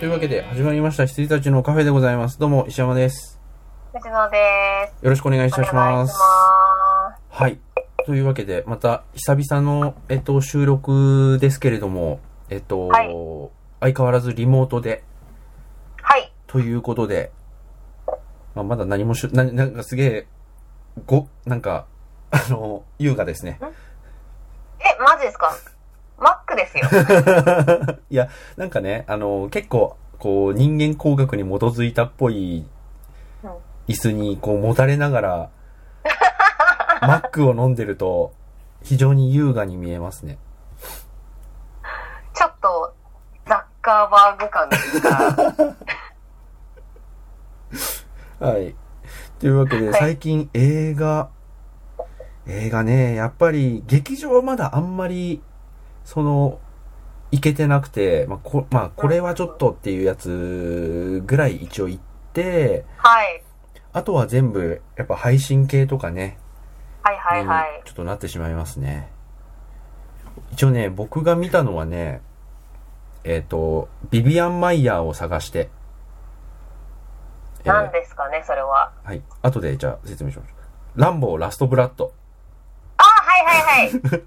というわけで始まりました羊たちのカフェでございます。どうも石山です。藤野です。よろしくお願いいたします。まはい。というわけでまた久々のえっと収録ですけれども、えっと、はい相変わらずリモートです。はい。ということで、まあ、まだ何もしななんかすげえごなんかあの優雅ですね。え、マジですかマックで すよ。いや、なんかね、あの、結構、こう、人間工学に基づいたっぽいうん、椅子に、こう、もたれながら、 マックを飲んでると、非常に優雅に見えますね。ちょっと、ザッカーバーグ感という か、はい。というわけで、はい最近映画、映画ね、やっぱり劇場はまだあんまり、その、行けてなくて、まあ、こ、まあ、これはちょっとっていうやつぐらい一応行って、はい。あとは全部、やっぱ配信系とかね、はいはいはい。うんちょっとなってしまいますね。一応ね、僕が見たのはね、えっ、と、ビビアン・マイヤーを探して、えー何ですかね、それは。はい。後で、じゃあ説明しましょう。ランボー・ラスト・ブラッド。あ、はいはい はい。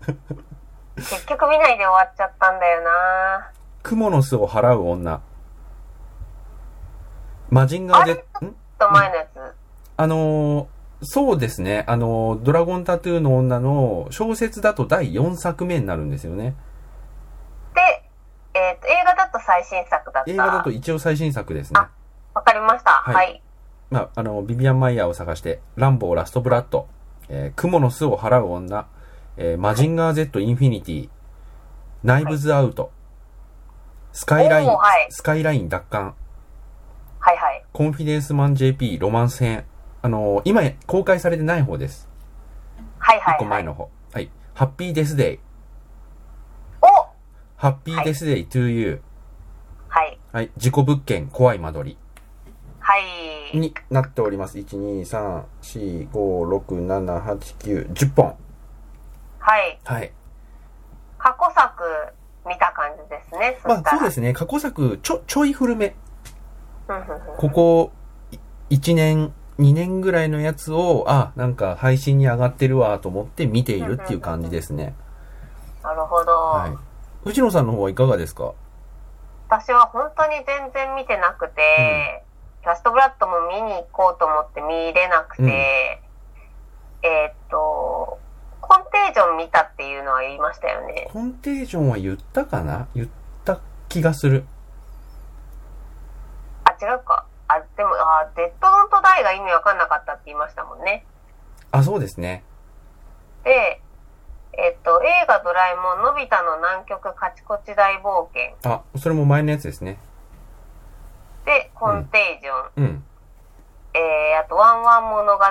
結局見ないで終わっちゃったんだよな蜘蛛の巣を払う女。マジンガーで、んと前のやつ。あのーそうですね。あのードラゴンタトゥーの女の小説だと第4作目になるんですよね。で、えっ、と、映画だと最新作だった。映画だと一応最新作ですね。あわかりました。はいはい。まあ、あの、ビビアン・マイヤーを探して、ランボー・ラスト・ブラッド、えー、蜘蛛の巣を払う女、えー、マジンガー Z ・インフィニティ、ナイブズ・アウト、スカイライン、おーはいスカイライン奪還、はいはい。コンフィデンスマン JP、ロマンス編、あのー今公開されてない方です。はい一はい、個は前い。の方。はい。ハッピー・デス・デイ、おハッピー・デス・デイ・トゥ・ユー、はい。はい。事故物件、怖い間取り。はい。になっております。1、2、3、4、5、6、7、8、9、10本。はい。はい。過去作見た感じですね。まあしたらそうですね、過去作、ちょ、ちょい古め。うんうんうんここ、い1年、2年ぐらいのやつを、あ、なんか配信に上がってるわと思って見ているっていう感じですね。なるほど、はい。藤野さんの方はいかがですか私は本当に全然見てなくて、ラストブラッドも見に行こうと思って見れなくて、うんえーっと、コンテージョン見たっていうのは言いましたよね。コンテージョンは言ったかな言った気がする。あ、違うか。あ、でも、あ、デッドドントダイが意味わかんなかったって言いましたもんね。あ、そうですね。で、えーっと、映画ドラえもん、のび太の南極カチコチ大冒険あ、それも前のやつですね。で、コンテージョン、うん。えー、あと、ワンワン物語、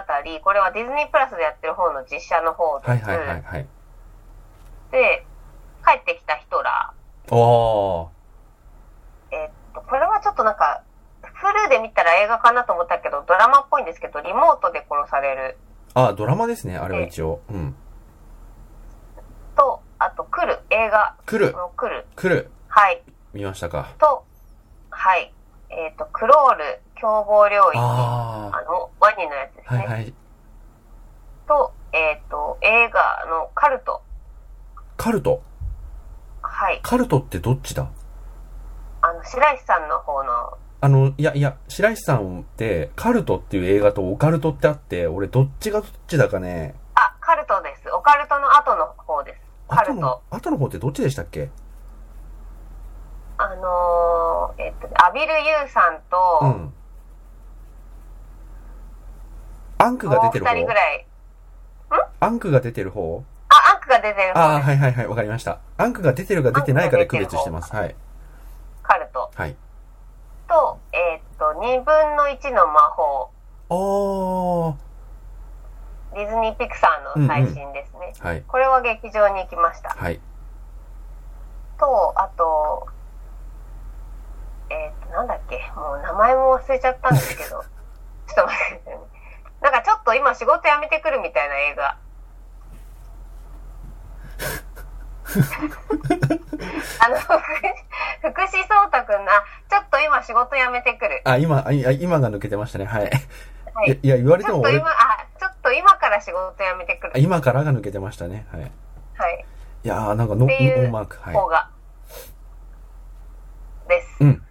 これはディズニープラスでやってる方の実写の方です。はいはいはいはい。で、帰ってきたヒトラおー。ー。えーっと、これはちょっとなんか、フルで見たら映画かなと思ったけど、ドラマっぽいんですけど、リモートで殺されるあ、ドラマですね、あれは一応。うん。と、あと、来る、映画来るの来る、来るはい、見ましたか。と、はい、えーっと、クロール、凶暴領域、ああの、ワニのやつですー。ね。はいはい。と、えーっと、映画のカルト、カルト。はい、カルトってどっちだあの、白石さんの方の、あの、いやいや、白石さんって、カルトっていう映画とオカルトってあって、俺どっちがどっちだかね、あ、カルトです。オカルトの後の方です。カル後トの。、後の方ってどっちでしたっけあのー、えっと、アビル・ユーさんうと、ん。アンクがもう出てる二人ぐ方らい。アンクが出てる方あ、アンクが出てるあ方あ、です。はいはいはい、わかりました。アンクが出てるか出てないかで区別してます。はい。カルト。はい。と、えっと、二分の一の魔法。あー。ディズニー・ピクサーの最新ですね。はい。これは劇場に行きました。はい。と、あと、えっと、なんだっけ。もう名前も忘れちゃったんですけど。 ちょっと待ってくださいね。なんかちょっと今仕事辞めてくるみたいな映 画。あの、福福士蒼太くんな、ちちょっと今仕事辞めてくる。あ、今、あいや今が抜けてましたね。はい。はいやい。いや、言われちてょもっと俺今、、あ、ちょっと今から仕事辞めてくある。今からが抜けてましたね。はい。はい。いやー、なんかノ、ノっていうーマーク。はい。方が。です。うん。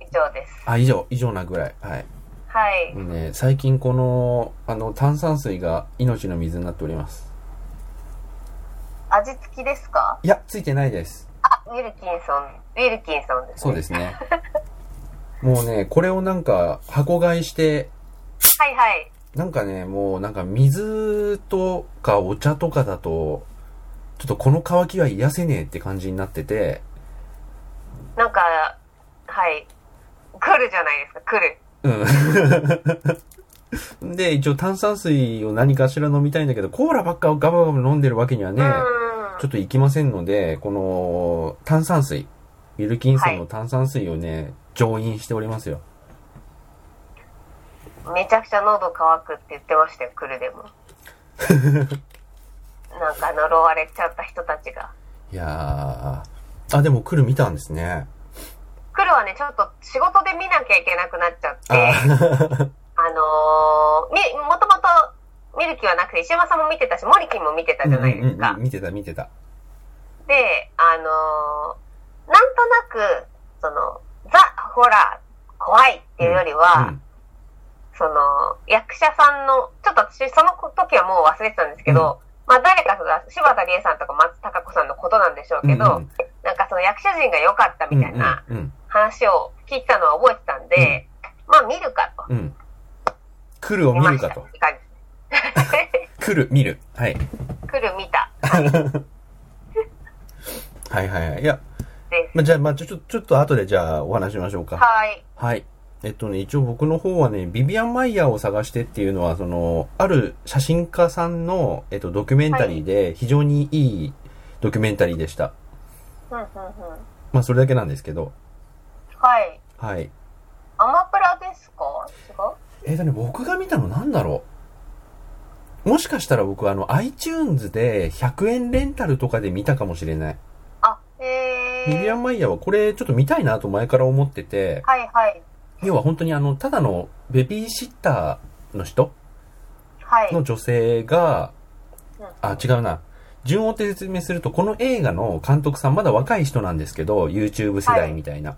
以上です。あ、以上、以上なぐらい。はい。はい。もうね、最近この、あの、炭酸水が命の水になっております。味付きですかいや、ついてないです。あ、ウィルキンソン。ウィルキンソンです、ね。そうですね。もうね、これをなんか、箱買いして、はいはい。なんかね、もうなんか水とかお茶とかだと、ちょっとこの乾きは癒せねえって感じになってて、なんか、はい。来るじゃないですか、来る。うん。で、一応炭酸水を何かしら飲みたいんだけど、コーラばっかをガバガバ飲んでるわけにはね、うん。ちょっといきませんので、この炭酸水、ウィルキンソンの炭酸水をね、常飲しておりますよ。めちゃくちゃ喉乾くって言ってましたよ、来る でも。なんか呪われちゃった人たちが。いやー。あ、でも来る見たんですね。来るはね、ちょっと仕事で見なきゃいけなくなっちゃって、あ あーのー、み、もともとミルキーはなくて、石山さんも見てたし、モリキンも見てたじゃないですうんうんかう。ん見てた見てた。で、あのー、なんとなく、その、ザ・ホラー、怖いっていうよりは、うんその、役者さんの、ちょっと私、その時はもう忘れてたんですけど、まあ誰かが、柴田理恵さんとか松たか子さんのことなんでしょうけど、うんうんなんかその役者陣が良かったみたいなうんうん話を聞いてたのは覚えてたんで、まあ見るかと。うん、うん。来るを見るかとま。したって感じ来る、見る。はい。来る見た。はいはいはい。いや、です。ま、じゃあ、まあ、ちょ、ちょ、ちょっと後でじゃあお話しましょうか。はい。はい。えっとね、一応僕の方はね、ビビアン・マイヤーを探してっていうのは、その、ある写真家さんの、えっと、ドキュメンタリーで、非常にいいドキュメンタリーでした。うんうんうん。まあ、それだけなんですけど。はい。はい。アマプラですか違うえっ、とね、僕が見たのなんだろうもしかしたら僕、あの、iTunes で100円レンタルとかで見たかもしれない。あ、へビビアー。ン・マイヤーはこれ、ちょっと見たいなと前から思ってて、はいはい。要は本当にあの、ただのベビーシッターの人はい。の女性がうん、あ、違うな。順を追って説明すると、この映画の監督さん、まだ若い人なんですけど、YouTube 世代みたいな。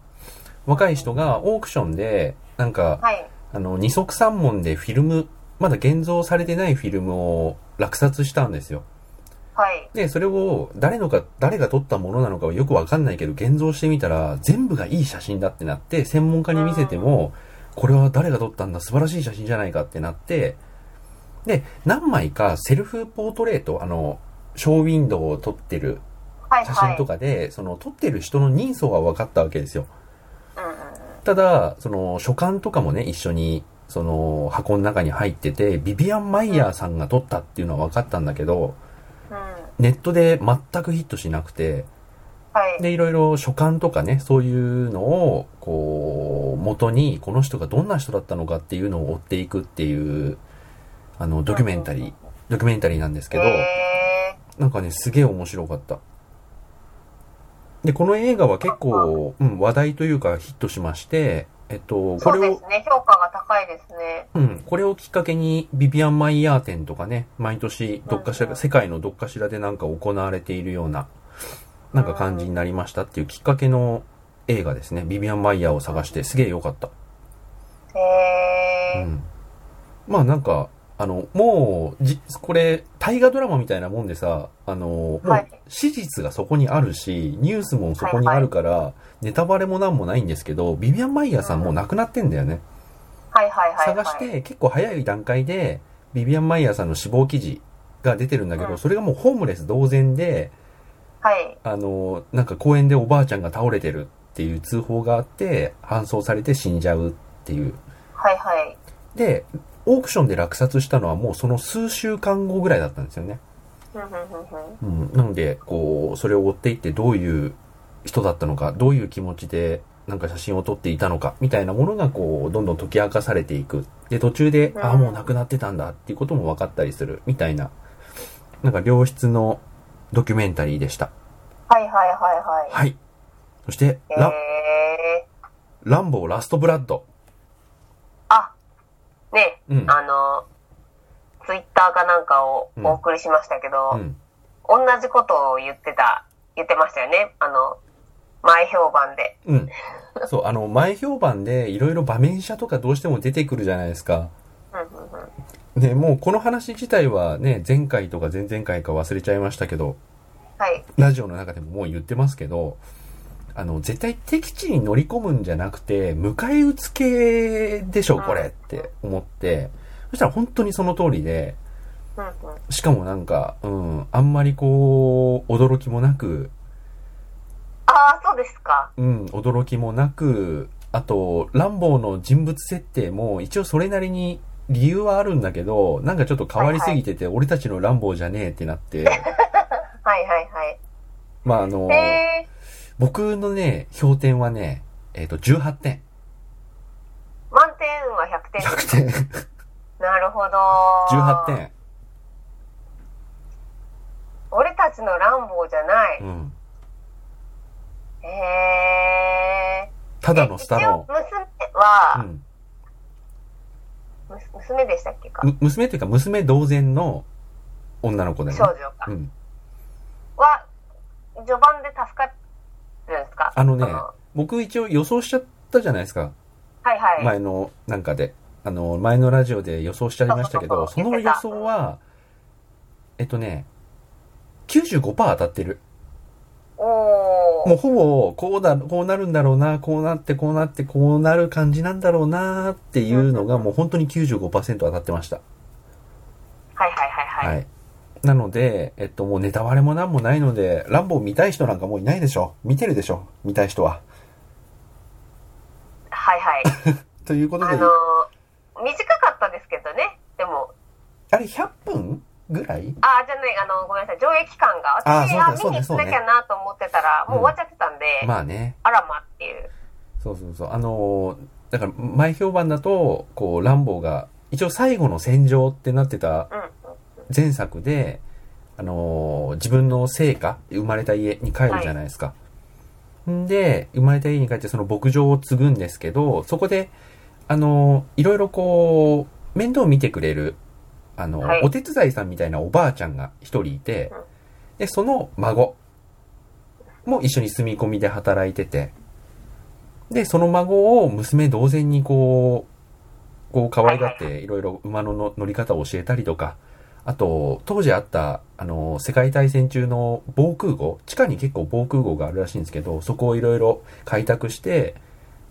若い人がオークションで、なんか、はい。あの、二足三門でフィルム、まだ現像されてないフィルムを落札したんですよ。はい。で、それを誰のか、誰が撮ったものなのかはよくわかんないけど、現像してみたら、全部がいい写真だってなって、専門家に見せても、これは誰が撮ったんだ、素晴らしい写真じゃないかってなって、で、何枚かセルフポートレート、あの、ショーウィンドウを撮ってるはいは写い。真とかで、その撮ってる人の人相が分かったわけですよ。うんうんうん。ただ、その、書簡とかもね、一緒に、その、箱の中に入ってて、ビビアン・マイヤーさんが撮ったっていうのは分かったんだけど、うんネットで全くヒットしなくて、はい。で、いろいろ書簡とかね、そういうのを、こう、元に、この人がどんな人だったのかっていうのを追っていくっていう、あの、ドキュメンタリー、ドキュメンタリーなんですけど、えなんかね、すげえ面白かった。で、この映画は結構、うん、話題というかヒットしまして、えっと、ー、こそうれでをす、ね。評価が高いですね。うん、これをきっかけに、ビビアン・マイヤー展とかね、毎年、どっかしうんうら、ん世界のどっかしらでなんか行われているような、なんか感じになりましたっていうきっかけの映画ですね。ビビアン・マイヤーを探して、すげえ良かった。うえー、ん。まあなんか、あの、もう、じ、これ、大河ドラマみたいなもんでさ、あの、もうはい、史実がそこにあるし、ニュースもそこにあるから、ネタバレもなんもないんですけど、ビビアン・マイヤーさんもう亡くなってんだよね。はいはいはい、は探い。して、結構早い段階で、ビビアン・マイヤーさんの死亡記事が出てるんだけうど、んそれがもうホームレス同然で、はい。あの、なんか公園でおばあちゃんが倒れてるっていう通報があって、搬送されて死んじゃうっていう。はいはい。で、オークションで落札したのはもうその数週間後ぐらいだったんですよね。ふんふんふんふんうん。なので、こう、それを追っていってどういう人だったのか、どういう気持ちで、なんか写真を撮っていたのか、みたいなものがこう、どんどん解き明かされていく。で、途中で、うんああ、もう亡くなってたんだっていうことも分かったりする、みたいな、なんか良質のドキュメンタリーでした。はいはいはいはい。はい。そして、ラ、えランボーラストブラッド。あ、ね、うんあの、ツイッターかなんかをうんお送りしましたけど、うん。同じことを言ってた、言ってましたよね。あの、前評判で。うん。そう、あの、前評判でいろいろ場面車とかどうしても出てくるじゃないですか。うんうんうん。ね、もうこの話自体はね、前回とか前々回か忘れちゃいましたけど、はい。ラジオの中でももう言ってますけど、あの、絶対敵地に乗り込むんじゃなくて、迎え撃つ系でしょ、これって思って、そしたら本当にその通りで、うんうん。しかもなんか、うん、あんまりこう、驚きもなく、ああ、そうですか。うん、驚きもなく、あと、ランボーの人物設定も一応それなりに理由はあるんだけど、なんかちょっと変わりすぎてて、俺たちのランボーじゃねえってなって、はいはいはい。まああの、へえ。僕のね、評点はね、えっ、と、18点。満点は100 点。100点。なるほど。 18。点。俺たちの乱暴じゃない。うん。へえ。ただのスタロ一応娘ーは、ン。む娘でしたっけかうん。む娘っていうか、娘同然の女の子だ少よね。女かう。ん。は、序盤で助かるんですかあのねは僕一応予想しちゃったじゃないですか。いはい。前のなんかで、あの、前のラジオで予想しちゃいましたけど、そそうそうそうの予想は、えっとね、95%当たってる。おもうー。ほぼ、こうだ、こうなるんだろうな、こうなって、こうなって、こうなる感じなんだろうなっていうのが、もう本当に95%当たってました。はいはいはいはい。はい。なので、えっと、もうネタ割れもなんもないので、ランボー見たい人なんかもういないでしょ。見てるでしょ。見たい人は。は いはい。ということで、ああのー、短かったですけどね。でも、れ100分ぐらいああ、じゃない、あの、ごめんなさい、上映期間が。あー私、そうだあ見そうにだ行かなきゃなと思ってたら、もう終わっちゃってたんで、まあね。あらまっていう。そうそうそう。あのーだから、前評判だと、こう、ランボーが、一応最後の戦場ってなってたうん。前作で、あのー自分の生家、生まれた家に帰るじゃないですか。んで、生まれた家に帰ってその牧場を継ぐんですけど、そこで、あのーいろいろこう、面倒を見てくれる、あのーはいお手伝いさんみたいなおばあちゃんが一人いてうん、で、その孫も一緒に住み込みで働いてて、で、その孫を娘同然にこう、こう可愛がっはていろいろ馬のの乗り方を教えたりとか、あと、当時あった、あの、世界大戦中の防空壕、地下に結構防空壕があるらしいんですけど、そこをいろいろ開拓して、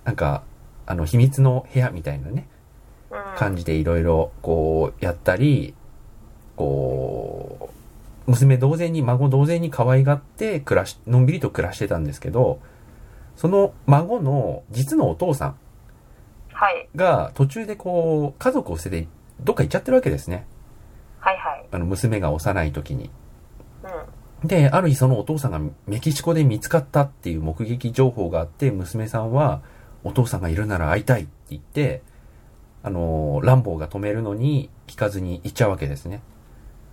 なんか、あの、秘密の部屋みたいなね、うん。感じでいろいろ、こう、やったり、こう、娘同然に、孫同然に可愛がって、暮らし、のんびりと暮らしてたんですけど、その孫の実のお父さんはい。が途中でこう、家族を捨てて、どっか行っちゃってるわけですね。はいはい。あの、娘が幼い時に。うん。で、ある日そのお父さんがメキシコで見つかったっていう目撃情報があって、娘さんは、お父さんがいるなら会いたいって言って、あのー、ランボーが止めるのに聞かずに行っちゃうわけですね。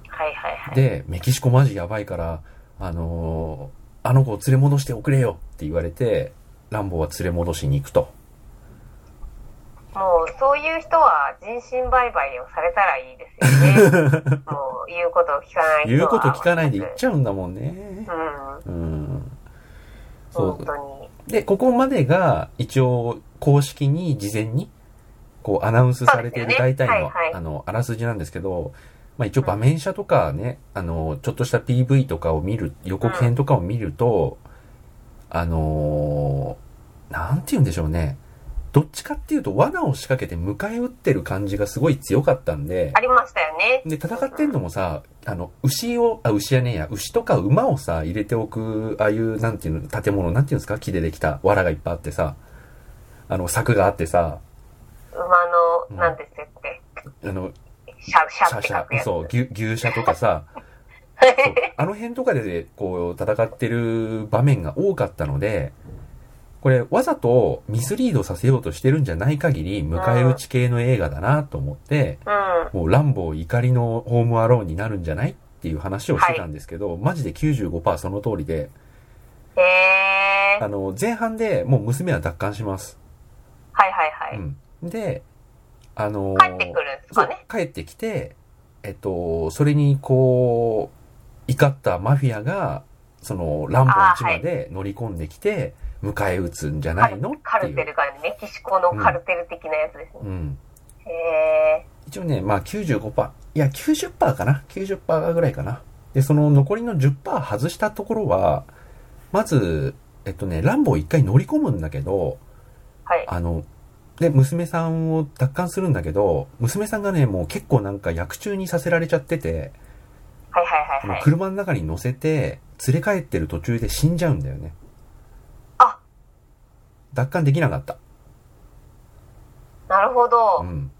はいはいはい。で、メキシコマジやばいから、あのー、あの子を連れ戻しておくれよって言われて、ランボーは連れ戻しに行くと。もう、そういう人は人身売買をされたらいいです よね。もう、言うことを聞かない人は。言うこと聞かないで行っゃちゃうんだもんね。うん。うん。そう本。当に。で、ここまでが、一応、公式に事前に、こう、アナウンスされているそうで大す体よねの、はいはいあの、あらすじなんですけど、まあ一応場面車とかね、あの、ちょっとした PV とかを見る、予告編とかを見ると、あのーなんて言うんでしょうね。どっちかっていうと、罠を仕掛けて迎え撃ってる感じがすごい強かったんであ、りましたよね。で、戦ってんのもさ、あの、牛を、あ、牛やねえや、牛とか馬をさ、入れておく、ああいう、なんていうの、建物、なんていうんですか木でできた、藁がいっぱいあってさ、あの、柵があってさ、馬うの、んなんて言って、あの、シャ、シシャャってシ書くやャ、つ。そう、牛、牛舎とかさ、そうあの辺とかで、こう、戦ってる場面が多かったので、これ、わざとミスリードさせようとしてるんじゃない限り、迎え撃ち系の映画だなと思って、うん。もうランボー怒りのホームアローンになるんじゃないっていう話をしてたんですけど、マジで95%その通りで、へえあ。の、前半でもう娘は奪還します。はいはいはい。うん。で、あのー帰ってくるんですそかうね。帰ってきて、えっと、それにこう、怒ったマフィアが、その、ランボ市場で乗り込んできて、迎え撃つんじゃないのカってルいテう。ルがね、メキシコのカルテル的なやつですね。うん。へ一応ね、まあ95%、いや90%かな ?90% ぐらいかな。で、その残りの10%外したところは、まず、えっとね、ランボを一回乗り込むんだけど、ー。はい。あの、で、娘さんを奪還するんだけど、娘さんがね、もう結構なんか役中にさせられちゃってて、はいはいはいまあはい。車の中に乗せて、連れ帰ってる途中で死んじゃうんだよね。あ奪還できなかった。なるほうど。ん。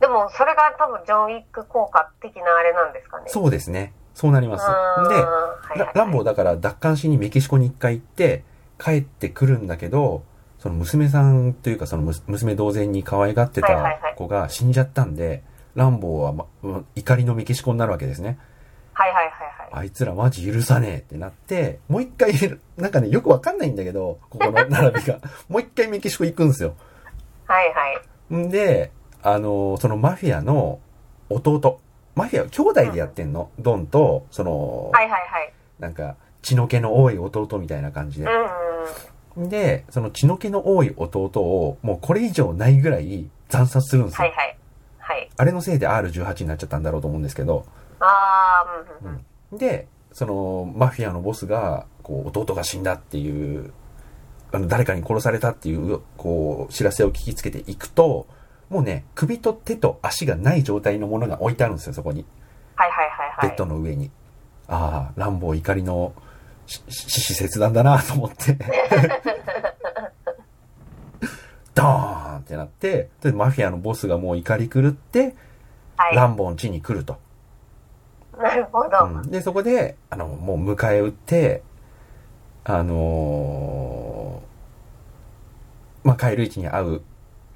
でも、それが多分、ジョン・ウィック効果的なあれなんですかね。そうですね。そうなります。で、はいはいはラいランボーだから奪還しにメキシコに一回行って帰ってくるんだけど、その娘さんというかそのむ娘同然に可愛がってはいはいたはい子が死んじゃったんで、ランボーは、ま、うん怒りのメキシコになるわけですね。はいはいはいはい。あいつらマジ許さねえってなって、もう一回、 なんかね、よくわかんないんだけど、ここの並 びが。もう一回メキシコ行くんですよ。はいはい。んで、あの、そのマフィアの弟。マフィア、兄弟でやってんの。ドンと、その、はいはいはい。なんか、血の気の多い弟みたいな感じでう。んうん。で、その血の気の多い弟を、もうこれ以上ないぐらい惨殺するんですはよ。いはい。はい。あれのせいで R18 になっちゃったんだろうと思うんですけど。あー、うんうんうん。で、その、マフィアのボスが、こう、弟が死んだっていう、あの、誰かに殺されたっていう、こう、知らせを聞きつけていくと、もうね、首と手と足がない状態のものが置いてあるんですよ、そこに。はいはいはいはベい。ッドの上に。ああ、乱暴怒りの、し、し、死切断だなと思 って。ドーンってなって、で、マフィアのボスがもう怒り狂って、はランボの地に来ると。い。なるほど。はうんで、そこで、あの、もう迎え撃って、あのーまあ、帰る位置に会う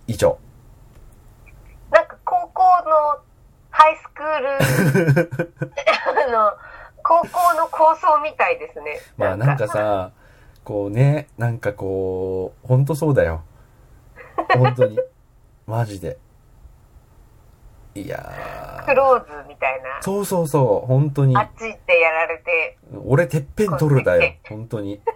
以上。なんか高校 のハイスクール、あの、高校の構想みたいですね。まあ、なんかさ、こうね、なんかこう、ほんとそうだよ。本当 に。マジで。いやクー。ローズみたいな。そうそうそう、本当にあ。っち行ってやられて、俺、てっぺん取るだよ。本当に。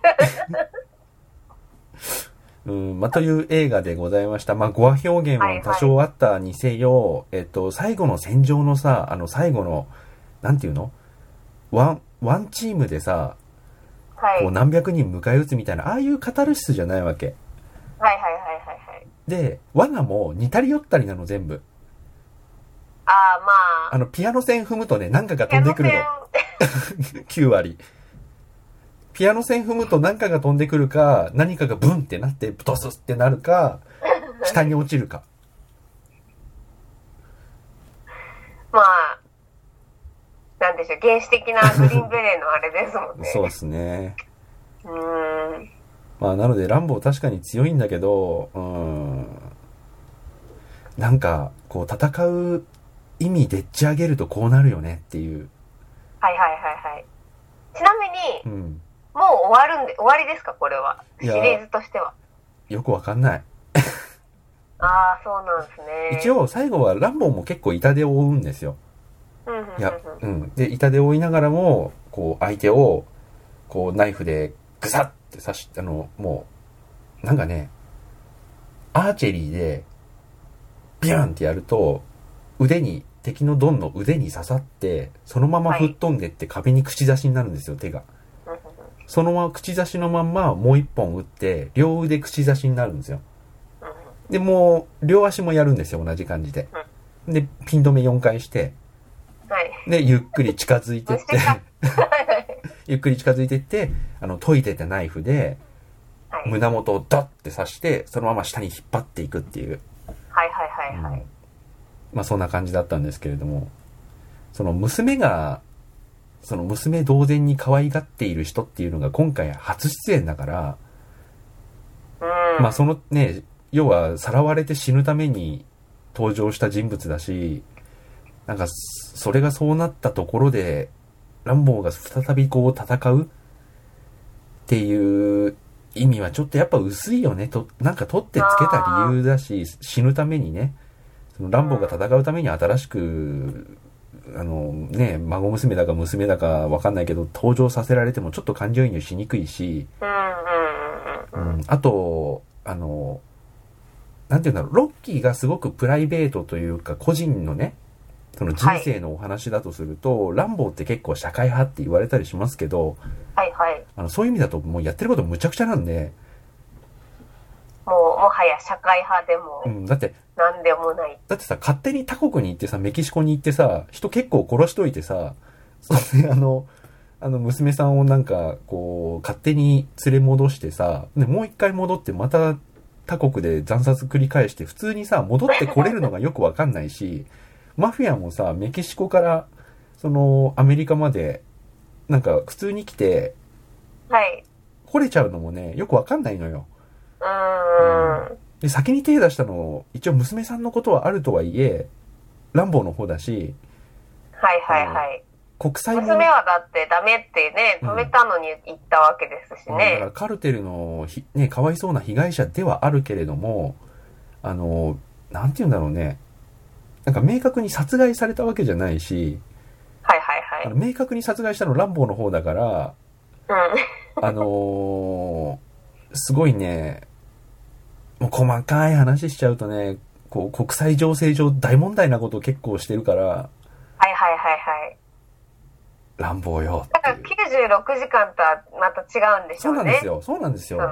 うん、まあ、という映画でございました。まあ、語話表現は多少あったにせよ、えっと、最後の戦場のさ、あの、最後の、なんていうのワン、ワンチームでさ、はい。はいこう何百人迎え撃つみたいな、ああいうカタルシスじゃないわけ。はいはいはいはい。で、罠も似たり寄ったりなの全部。ああ、まあ。あの、ピアノ線踏むとね、なんかが飛んでくる矢野線の。9割。ピアノ線踏むと何かが飛んでくるか、何かがブンってなって、ブトスってなるか、下に落ちるか。まあ、なんでしょう、原始的なグリーンベレーのあれですもんね。そうですね。うーん。まあ、なので、ランボー確かに強いんだけど、うーん。なんか、こう、戦う意味でっち上げるとこうなるよねっていう。はいはいはいはい。ちなみにう、ん。もう終わるんで、終わりですか、これは。いシやリーーズとしては。よくわかんない。ああ、そうなんですね。一。応、最後はランボーも結構痛手を負うんですよ。うんうんうんうん、いや、うん。で、痛手を負いながらも、こう、相手を、こう、ナイフで、ぐさって刺し、あの、もう、なんかね、アーチェリーで、ビューンってやると、腕に、敵のドンの腕に刺さって、そのまま吹っ飛んでって壁に口出しになるんですよ、手が。うんうんうんそのまま口出しのまんま、もう一本打って、両腕口出しになるんですよ。うんうんで、もう、両足もやるんですよ、同じ感じで。で、ピン止め4回して、はい。で、ゆっくり近づいてっそして て、か、ゆっくり近づいてって、あの、研いでたナイフで、はい、胸元をドッて刺して、そのまま下に引っ張っていくっていう。はいはいはいはい。まあ、そんな感じだったんですけれども、その娘が、その娘同然に可愛がっている人っていうのが今回初出演だから、うん。まあ、そのね、要は、さらわれて死ぬために登場した人物だし、なんか、それがそうなったところで、ランボーが再びこう戦うっていう意味はちょっとやっぱ薄いよねとなんか取ってつけた理由だし死ぬためにねそのランボーが戦うために新しくあのね孫娘だか娘だかわかんないけど登場させられてもちょっと感情移入しにくいし、ううんうんうんうん。ん、あとあのなんて言うんだろうロッキーがすごくプライベートというか個人のねその人生のお話だとすると、ランボーって結構社会派って言われたりしますけどはいはい。あのそういう意味だともうやってることむちゃくちゃなんで、もう、もはや社会派でもう、ん、だってなんでもない。だってさ、勝手に他国に行ってさ、メキシコに行ってさ、人結構殺しといてさ、それであの、あの娘さんをなんか、こう、勝手に連れ戻してさ、で、もう一回戻ってまた他国で惨殺繰り返して、普通にさ、戻ってこれるのがよくわかんないし、マフィアもさ、メキシコから、その、アメリカまで、なんか、普通に来て、はい。来れちゃうのもね、よくわかんないのよ。うーん。で、先に手出したの、一応娘さんのことはあるとはいえ、ランボーの方だし、はいはいはい。国際もの娘はだってダメってね、止めたのに行ったわけですしうんだかね。らカルテルのひ、ね、かわいそうな被害者ではあるけれども、あの、なんて言うんだろうね。なんか明確に殺害されたわけじゃないし、はいはいあはいの。明確に殺害したのランボーの方だから、あのーすごいね、もう細かい話しちゃうとね、こう国際情勢上大問題なことを結構してるから、はいはいはいはい。ランボーよだってかいらう。 96時間とはまた違うんでしそょうなうんでね。すよ。そうなんですそよ。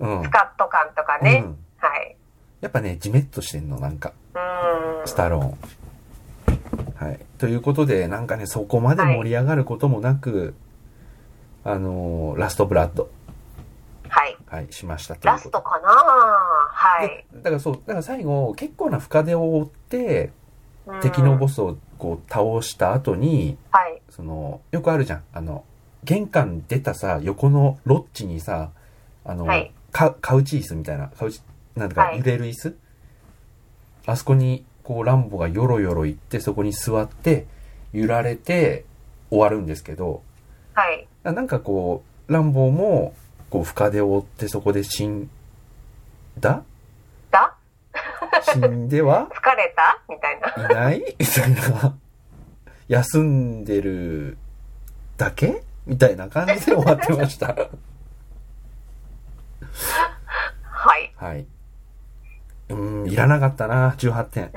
の、うん。スカッと感とかねう。ん。はい。やっぱね、ジメッとしてんの、なんか。うーん。スタローン。はい。ということで、なんかね、そこまで盛り上がることもなく、あのーラストブラッド、はい。はい、しましたというラことストかなはでい。だからそう、だから最後、結構な深手を負って、うん敵のボスをこう倒した後に、はい。その、よくあるじゃん。あの、玄関出たさ、横のロッジにさ、あの、はいカカウチ椅子みたいな、カウチ、なんだかはい揺れる椅子、あそこに、こう、ランボがよろよろ行って、そこに座って、揺られて、終わるんですけど、はい。ななんかこう、ランボも、こう、深手を負ってそこで死んだだ死んでは疲れたみたいいな。 ない みたいな。休んでるだけみたいな感じで終わってました。はい。 はい。うーん、いらなかったな、18点。うーん。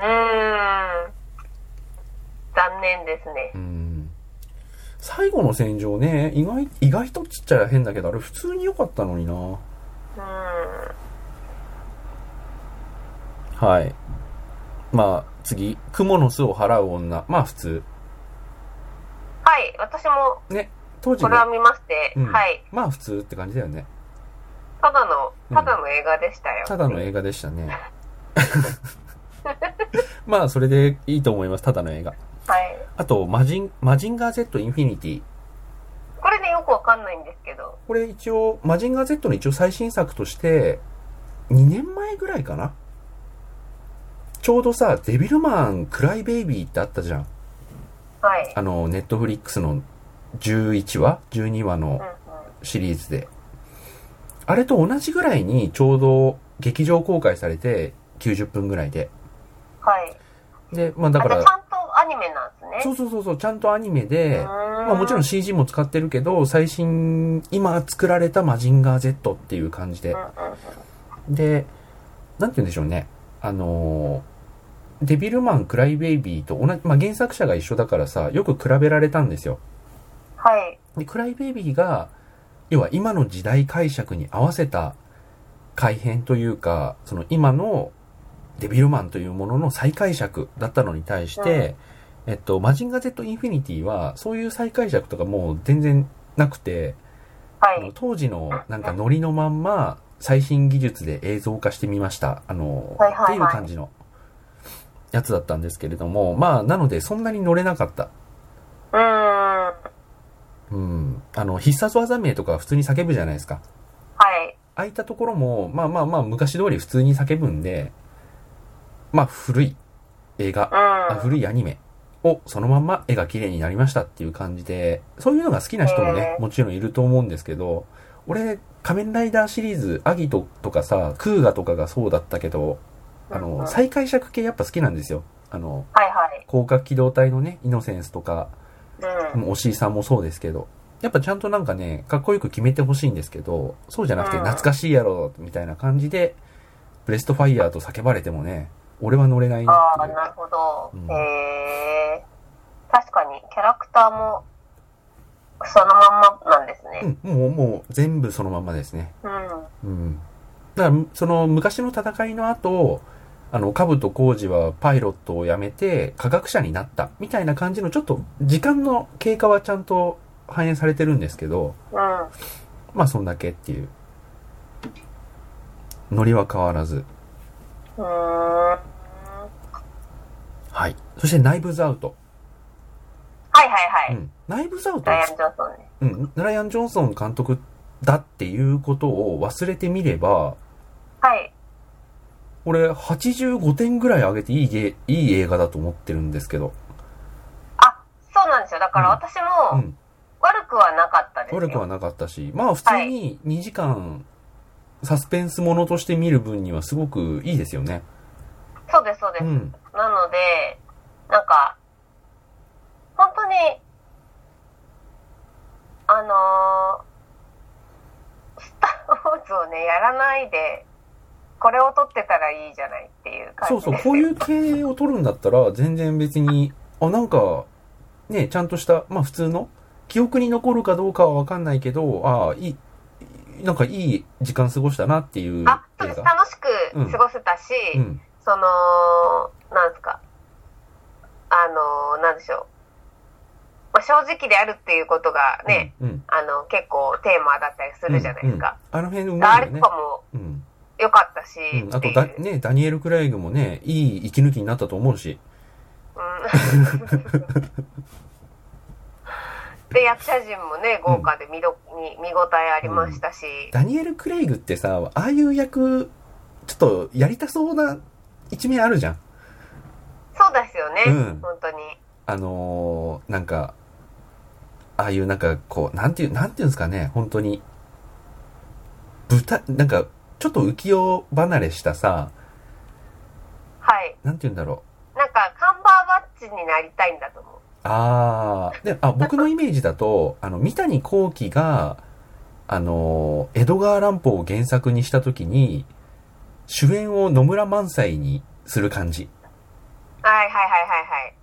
残念ですね。うーん。最後の戦場ね、意外、意外とちっちゃい変だけど、あれ普通に良かったのにな。うーん。はい。まあ、次。蜘蛛の巣を払う女。まあ、普通。はい。私もね。当時これはの、見まして、うんはい。まあ、普通って感じだよね。ただのう、んただの映画でしたよ。ただの映画でしたね。 まあ、それでいいと思います。ただの映画。はい。あと、マジン、マジンガー Z インフィニティ。これね、よくわかんないんですけど。これ一応、マジンガー Z の一応最新作として、2年前ぐらいかなちょうどさ、デビルマン、クライベイビーってあったじゃん。はい。あの、ネットフリックスの11話 ?12 話のうんうん。シリーズで。あれと同じぐらいにちょうど劇場公開されて90分ぐらいで。はい。で、まあだあ、かじゃあらち、ゃんとアニメなんですね。そううそうそうそう、ちゃんとアニメで、ーまあもちろん CG も使ってるけど、最新、今作られたマジンガー Z っていう感じでうん。うんうん。で、なんて言うんでしょうね。あのーデビルマン、クライベイビーと同じ、まあ原作者が一緒だからさ、よく比べられたんですよ。はい。で、クライベイビーが、要は今の時代解釈に合わせた改変というか、その今のデビルマンというものの再解釈だったのに対して、えっと、マジンガー Z インフィニティは、そういう再解釈とかもう全然なくて、はあのい。当時のなんかノリのまんま最新技術で映像化してみました。あの、はいはいはいっていう感じのやつだったんですけれども、まあ、なのでそんなに乗れなかった。うーん。うん。あの、必殺技名とか普通に叫ぶじゃないですか。はい。ああいったところも、まあまあまあ、昔通り普通に叫ぶんで、まあ、古い映画、あうん。古いアニメをそのまんま絵が綺麗になりましたっていう感じで、そういうのが好きな人もねえ、ーもちろんいると思うんですけど、俺、仮面ライダーシリーズ、アギトとかさ、クーガとかがそうだったけど、あうんうの、ん再解釈系やっぱ好きなんですよ。あの、はいはい。広角機動隊のね、イノセンスとか、うん。もうおしいさんもそうですけど、やっぱちゃんとなんかね、かっこよく決めてほしいんですけど、そうじゃなくてうん懐かしいやろ、みたいな感じで、ブレストファイヤーと叫ばれてもね、俺は乗れないなあってあ、いうなるほど。うんへえ。確かに、キャラクターも、そのまんまなんですね。うん、もう、もう全部そのまんまですね。うん。うん。だから、その昔の戦いの後、あの、兜浩二はパイロットを辞めて科学者になった、みたいな感じの、ちょっと時間の経過はちゃんと反映されてるんですけど、うん。まあそんだけっていう。ノリは変わらず。うーん。はい。そしてナイブズアウト。はいはういはい。ん。ナイブズアウトダイアン・ジョンソンね。うん。ライアン・ジョンソン監督だっていうことを忘れてみれば、はい。俺85点ぐらい上げていいゲ、いい映画だと思ってるんですけど。あ、そうなんですよ。だから私うもん。悪くはなかったですよ。悪くはなかったし、まあ普通に2時間、サスペンスものとして見る分にはすごくいいですよね。そうですそうです。うん。なので、なんか、本当に、あのースター・ウォーズをね、やらないで、これを撮ってたらいいじゃないっていう感じそうです。そう、こういうう系を取るんだったら、全然別に、あ、なんか、ね、ちゃんとした、まあ普通の、記憶に残るかどうかはわかんないけど、ああ、いい、なんかいい時間過ごしたなっていう映あ、そうです。画。楽しく過ごせたし、うん。その、なんですか。あのーなんでしょう。まあ、正直であるっていうことがね、うん。うん。あの、結構テーマだったりするじゃないですか。うん。あの辺うまあいれよとねか。もうん。良かったし、うん。あっていとうだ、ね、ダニエル・クレイグもね、いい息抜きになったと思うし。 うんで役者陣もね豪華で見ど、に見応えありましたし、ダニエル・クレイグってさ、ああいう役、ちょっとやりたそうな一面あるじゃん。そうですよね、うん本当にあのーなんか、ああいうなんかこう、なんていう、なんていうんですかね、本当に、豚、なんか、ちょっと浮世離れしたさ、はいなんていうんだろなんかカンバーバッチになりたいんだと思うう。ああ、で、あ、僕のイメージだと、あの、三谷幸喜が、あのー江戸川乱歩を原作にした時に、主演を野村萬斎にする感じ。はいはいはいはいはい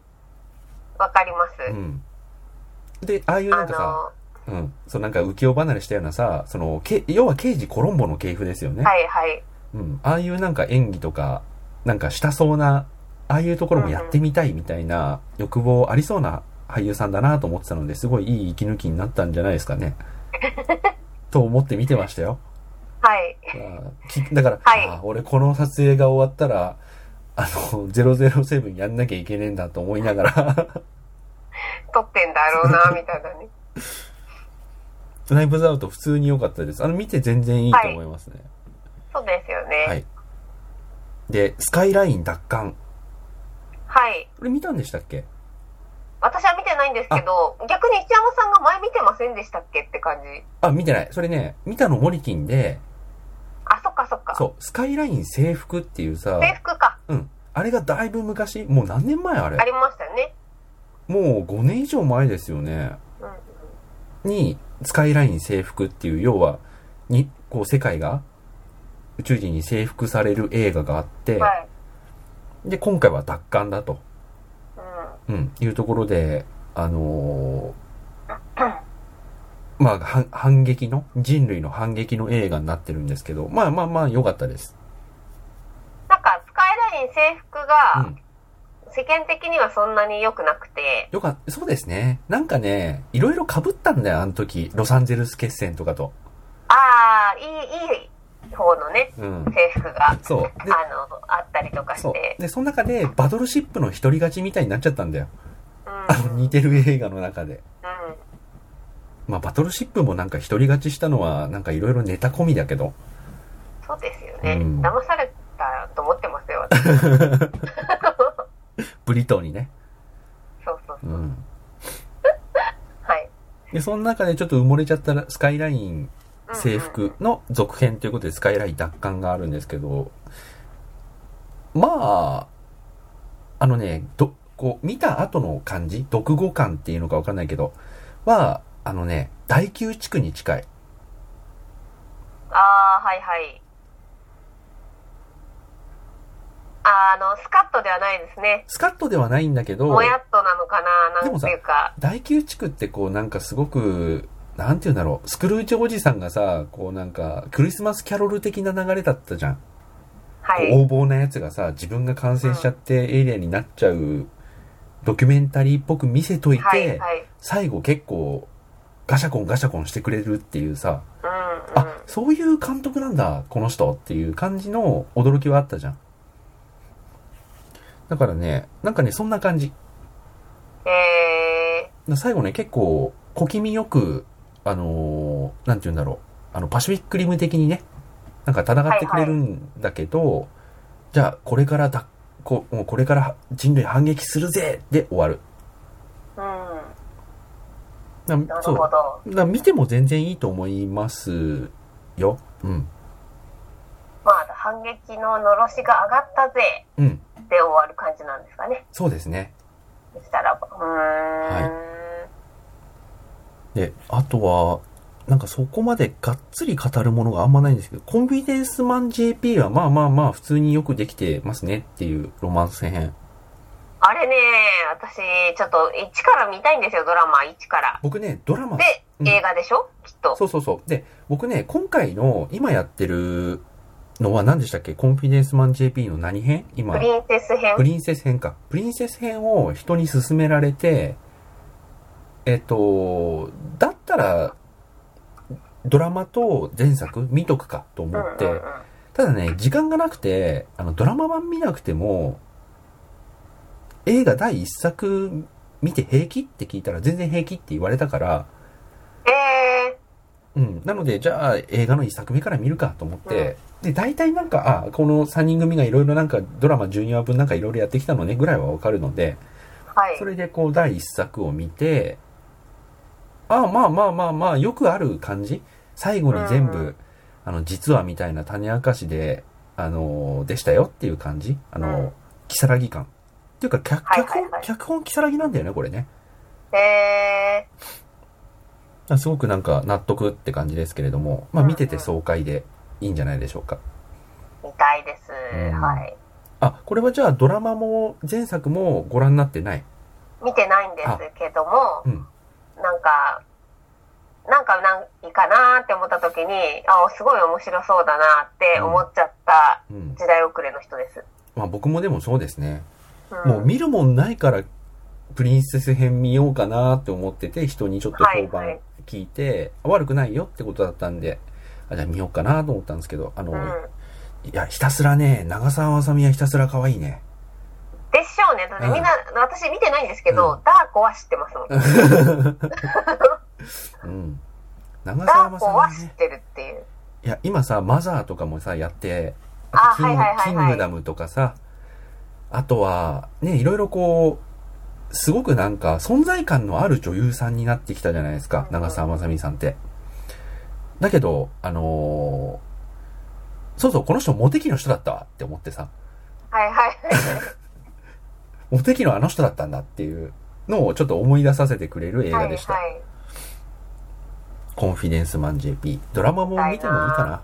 わかります、うん。で、ああいうなあんかさ、のうん。そうなんか浮世離れしたようなさ、その、け要は刑事コロンボの系譜ですよね。はいはいうん。ああいうなんか演技とか、なんかしたそうな、ああいうところもやってみたいみたいな欲望ありそうな俳優さんだなと思ってたので、すごいいい息抜きになったんじゃないですかね。と思って見てましたよ。はいあーきだから、はいあー俺この撮影が終わったら、あの、007やんなきゃいけねえんだと思いながら、撮ってんだろうなみたいな ねナイブズアウト普通に良かったです。あの、見て全然いいと思いますね。そうですよねははいい、で、スカイライン奪還。これ見たんでしたっけ私は見てないんですけど逆に一山さんが前見てませんでしたっけって感じあ、見てない。それね、見たのモリキンで、あそっかそっかそう、スカイライン制服っていうさ、制服かうん。あれがだいぶ昔、もう何年前あれありましたよねもう5年以上前ですよね。うんうんに、スカイライン制服っていう、要は、に、こう世界が、宇宙人に征服される映画があって、はい。で、今回は奪還だと、うん。うん、いうところで、あの ーまあ、反反撃の、人類の反撃の映画になってるんですけど、まあまあまあ、良かったです。なんか、スカイライン制服うがん、。世間的にはそんなに良くなくて、よかった、そうですね。なんかね、いろいろ被ったんだよ、あの時。ロサンゼルス決戦とかと。ああ、いい、いい方のね、うん。制服が、そう。あで、の、あったりとかそしてう。。で、その中で、バトルシップの一人勝ちみたいになっちゃったんだよ。うん。あの、似てる映画の中で。うん。まあ、バトルシップもなんか一人勝ちしたのは、なんかいろいろネタ込みだけど。そうですよね。うん騙されたと思ってますよ、私。ブリトーにね。そう そううそう。ん。はい。で、その中でちょっと埋もれちゃったら、スカイラインうん制服の続編ということで、スカイライン奪還があるんですけど、まあ、あのね、ど、こう、見た後の感じ、読語感っていうのかわかんないけど、は、あのね、大宮地区に近い。ああ、はいはい。あーあの、スカッとではないですね。スカッとではないんだけど、もやっとなのかな、でなもんさていうか。大宮地区ってこうなんかすごく、なんて言うんだろう、スクルーチおじさんがさ、こうなんか、クリスマスキャロル的な流れだったじゃん。はい。横暴なやつがさ、自分が感染しちゃってエイリアンになっちゃう、ドキュメンタリーっぽく見せといて、はい、はい。最後結構、ガシャコンガシャコンしてくれるっていうさ、うん、うんあ、そういう監督なんだ、この人っていう感じの驚きはあったじゃん。だからね、なんかね、そんな感じ。えな最後ね、結構、小気味よく、あのーなんて言うんだろう、あの、パシフィックリム的にね、なんか戦ってくれるんだけど、じゃあ、これからだ、こもうこれから人類反撃するぜで終わる。ー、うん。ななるそう。ほど。な見ても全然いいと思いますよ。うん。まあ、反撃ののろしが上がったぜうん。で終わる感じなんですかね。そうですね。そしたらば。うーん。で、あとは、なんかそこまでがっつり語るものがあんまないんですけど、コンビデンスマン JP はまあまあまあ普通によくできてますねっていうロマンス編。あれね、私、ちょっと、一から見たいんですよ、ドラマ、一から。僕ね、ドラマ、で、うん映画でしょきっと。そうそうそう。で、僕ね、今回の今やってるのは何でしたっけコンフィデンスマン JP の何編今プ、リンセス編プ。リンセス編か。プリンセス編を人に勧められて、えっと、だったら、ドラマと前作見とくかと思って、うんうんうんただね、時間がなくて、あの、ドラマ版見なくても、映画第一作見て平気って聞いたら全然平気って言われたから、えうん。なので、じゃあ映画の一作目から見るかと思って、で、大体なんか、あ、この3人組がいろいろなんかドラマ12話分なんかいろいろやってきたのねぐらいはわかるので、ー、はいそ。れでこう第一作を見て、あまあまあまあまあ、よくある感じ最後に全部、うんあの、実はみたいな種明かしで、あのーでしたよっていう感じあのー、うんキサラギ感。っていうか、脚はい脚はい本はい、脚本キサラギなんだよね、これね。えあすごくなんか納得って感じですけれども、まあうん見てて爽快でいいんじゃないでしょうか。ー、見たいです。んはい。あ、これはじゃあドラマも前作もご覧になってない。見てないんですけどもう、ん。なんか、なんかないいかなーって思った時に、あ、すごい面白そうだなーって思っちゃったうん。時代遅れの人です。まあ僕もでもそうですね。うんもう見るもんないから、プリンセス編見ようかなって思ってて、人にちょっと評はいは判い聞いて、悪くないよってことだったんで、あ、じゃあ見ようかなと思ったんですけど、あの、うんいや、ひたすらね、長澤まさみはひたすら可愛いね。でしょうね。だってみんな、私見てないんですけど、うダー子は知ってますもん。 ダうん。長澤ーま子さみはは知っね、てるっていう。いや、今さ、マザーとかもさ、やって、あとキンはいはいはいはいキングダムとかさ、あとは、ね、いろいろこう、すごくなんか、存在感のある女優さんになってきたじゃないですか、うん長澤まさみさんって。だけど、あのーそうそう、この人モテ期の人だったわって思ってさ、はいはい。モテ期のあの人だったんだっていうのをちょっと思い出させてくれる映は画いでした。はい。コンフィデンスマン JP。ドラマも見てもいいか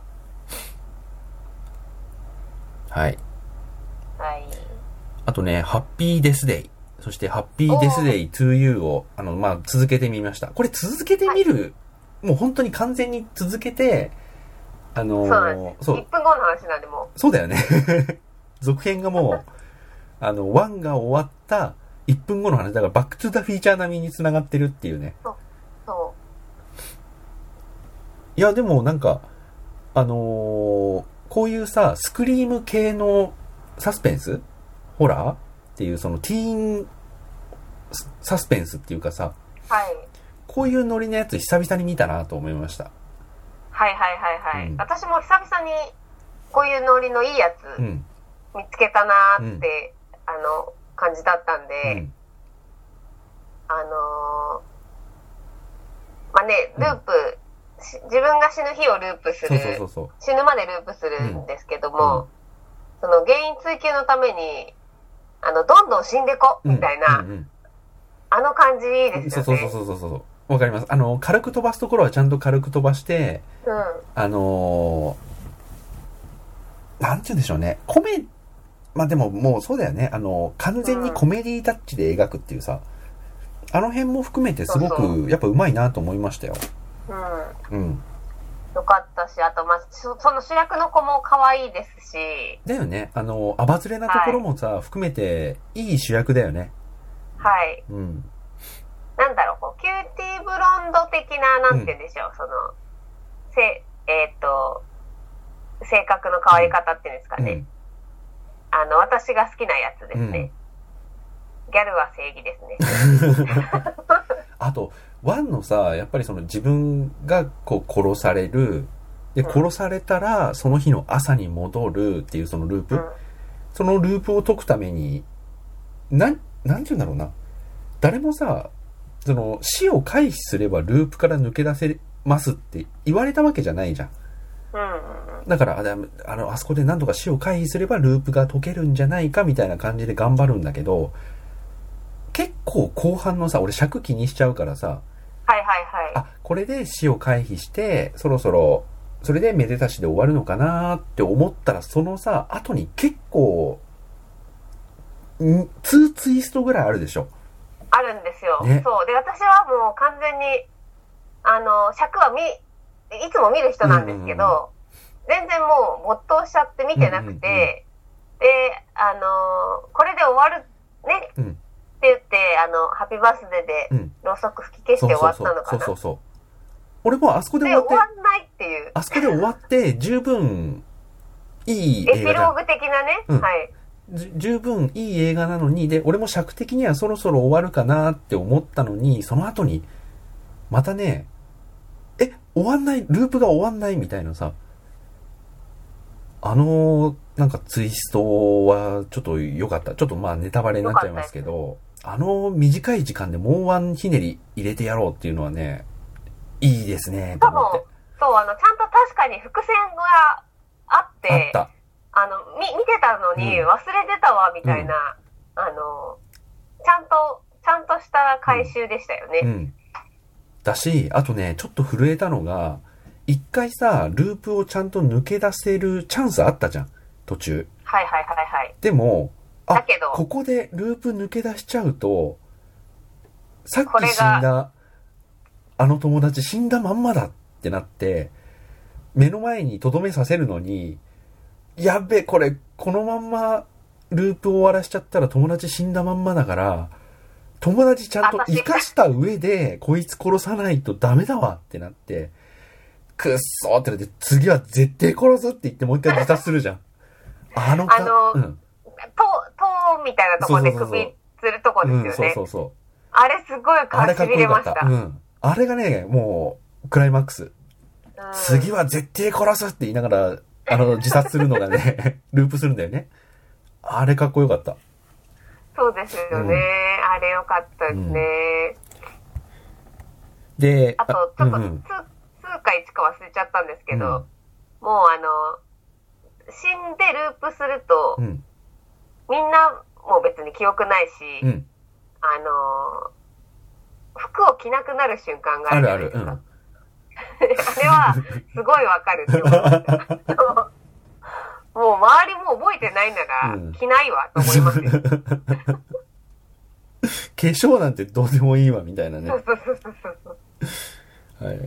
な。はい。はい。あとね、ハッピーデスデイ。そして、ハッピーデスデイ 2U を、あの、まあ、続けてみました。これ続けてみる、もう本当に完全に続けて、あのそうなんーです。そ1う、分後の話なんで、もそうだよね。 続編がもう、あの、1が終わった1分後の話、だからバックトゥザフィーチャー並みに繋がってるっていうね。う、そいや、でもなんか、あのーこういうさ、スクリーム系のサスペンスホラーっていう、そのティーンササスペンスっていうかさ、う。はい。こういうノリのやつ久々に見たなと思いました。はいはいはいはい。うん私も久々に、こういうノリのいいやうつん。見つけたなーって、あの、感じだったんうで、ん。あのーまあね、ループし自分が死ぬ日をループすそるうそうそうそう。死ぬまでループするんですけども、その原因追求のために、あの、どんどん死んでこ、うんみたいな、うんうんあの感じいいですそうよね。そうそうそうそうそう。わかります。あの、軽く飛ばすところはちゃんと軽く飛ばして、うん。あのーなんて言うんでしょうね。コメ、まあでももうそうだよね。あの、完全にコメディタッチで描くっていうさ、あの辺も含めてすごそうく、やっぱ上手いなと思いましたよ。うん。うん。よかったし、あと、まあ、そその主役の子も可愛いですし、だよね。あの、アバズレなところもさ、含めて、いい主役だよね。はい。うん。なんだろう、こう、キューティーブロンド的な、なんて言うんでしょう、その、せ、えーっ、と、性格の変わり方っていうんですかうね。ん。あの、私が好きなやつですね。ギャルは正義ですね。あと、ワンのさ、やっぱりその自分がこう殺される、で、うん殺されたら、その日の朝に戻るっていうそのループ、うんそのループを解くために、なん、なんて言うんだろうな。誰もさ、その死を回避すればループから抜け出せますって言われたわけじゃないじゃん。うんうんうん。だから、あでもあの、あそこで何とか死を回避すればループが解けるんじゃないかみたいな感じで頑張るんだけど、結構後半のさ、俺尺気にしちゃうからさ、はいはいはい。あ、これで死を回避して、そろそろ、それでめでたしで終わるのかなって思ったら、そのさ、後に結構、ん2ツイストぐらいあるでしょ。あるんですよ。ねそう。で、私はもう完全に、あの、尺は見、いつも見る人なんですけど、全然もう没頭しちゃって見てなうんうんくて、うんで、あの、これで終わるねうんって言って、あの、ハッピーバースデーうでん。ろうそく吹き消してそう終そわうったそうの。かそうな。そうそう。俺もあそこでで、終わって終、わんないっていう、あそこで終わって、十分、いいエ映ピ画ロじゃーんグ的なね、うんはい。じ十分いい映画なのに、で、俺も尺的にはそろそろ終わるかなって思ったのに、その後に、またね、え、終わんない、ループが終わんないみたいなさ、あの、なんかツイストはちょっと良かった。ちょっとまあネタバレになっちゃいますけど、あの短い時間でもうワンひねり入れてやろうっていうのはね、いいですね、と多思っ。分、そう、あの、ちゃんと確かに伏線があってあって、た。あの、み、見てたのにう忘れてたわ、みたいな、あの、ちゃんと、ちゃんとした回収でしたよね。うん。だし、あとね、ちょっと震えたのが、一回さ、ループをちゃんと抜け出せるチャンスあったじゃん。途中。はいはいはいはい。でも、あだけどここでループ抜け出しちゃうと、さっこきれが死んだ、あの友達死んだまんまだってなって、目の前に留めさせるのに、やっべ、これ、このまんまループを終わらしちゃったら友達死んだまんまだから、友達ちゃんと生かした上で、こいつ殺さないとダメだわってなって、くっそーってなって、次は絶対殺すって言ってもう一回自殺するじゃん。あのか、あのうん。と、とみたいなとこでそうそうそう首そう吊るとこですよね。うん、そうそうそう。あれすごいあれ感かっしこびよれかまっしたた。。うん。あれがね、もう、クライマックス。うん次は絶対殺すって言いながら、あの、自殺するのが ね、ループするんだよね。あれかっこよかった。そうですようね。んあれよかったですね。で、あと、ちょっと、うんう数ん、数か1か忘れちゃったんですけど、うんもうあの、死んでループすると、うん、みんなもう別に記憶ないし、うん、あのー服を着なくなる瞬間がああるじるゃあないでるす、うん。か。あれは、すごい わかるって思いました。もう周りも覚えてないならうん、着ないわと思います よ。化粧なんてどうでもいいわ、みたいなね。そはうそうそうそうそう。い。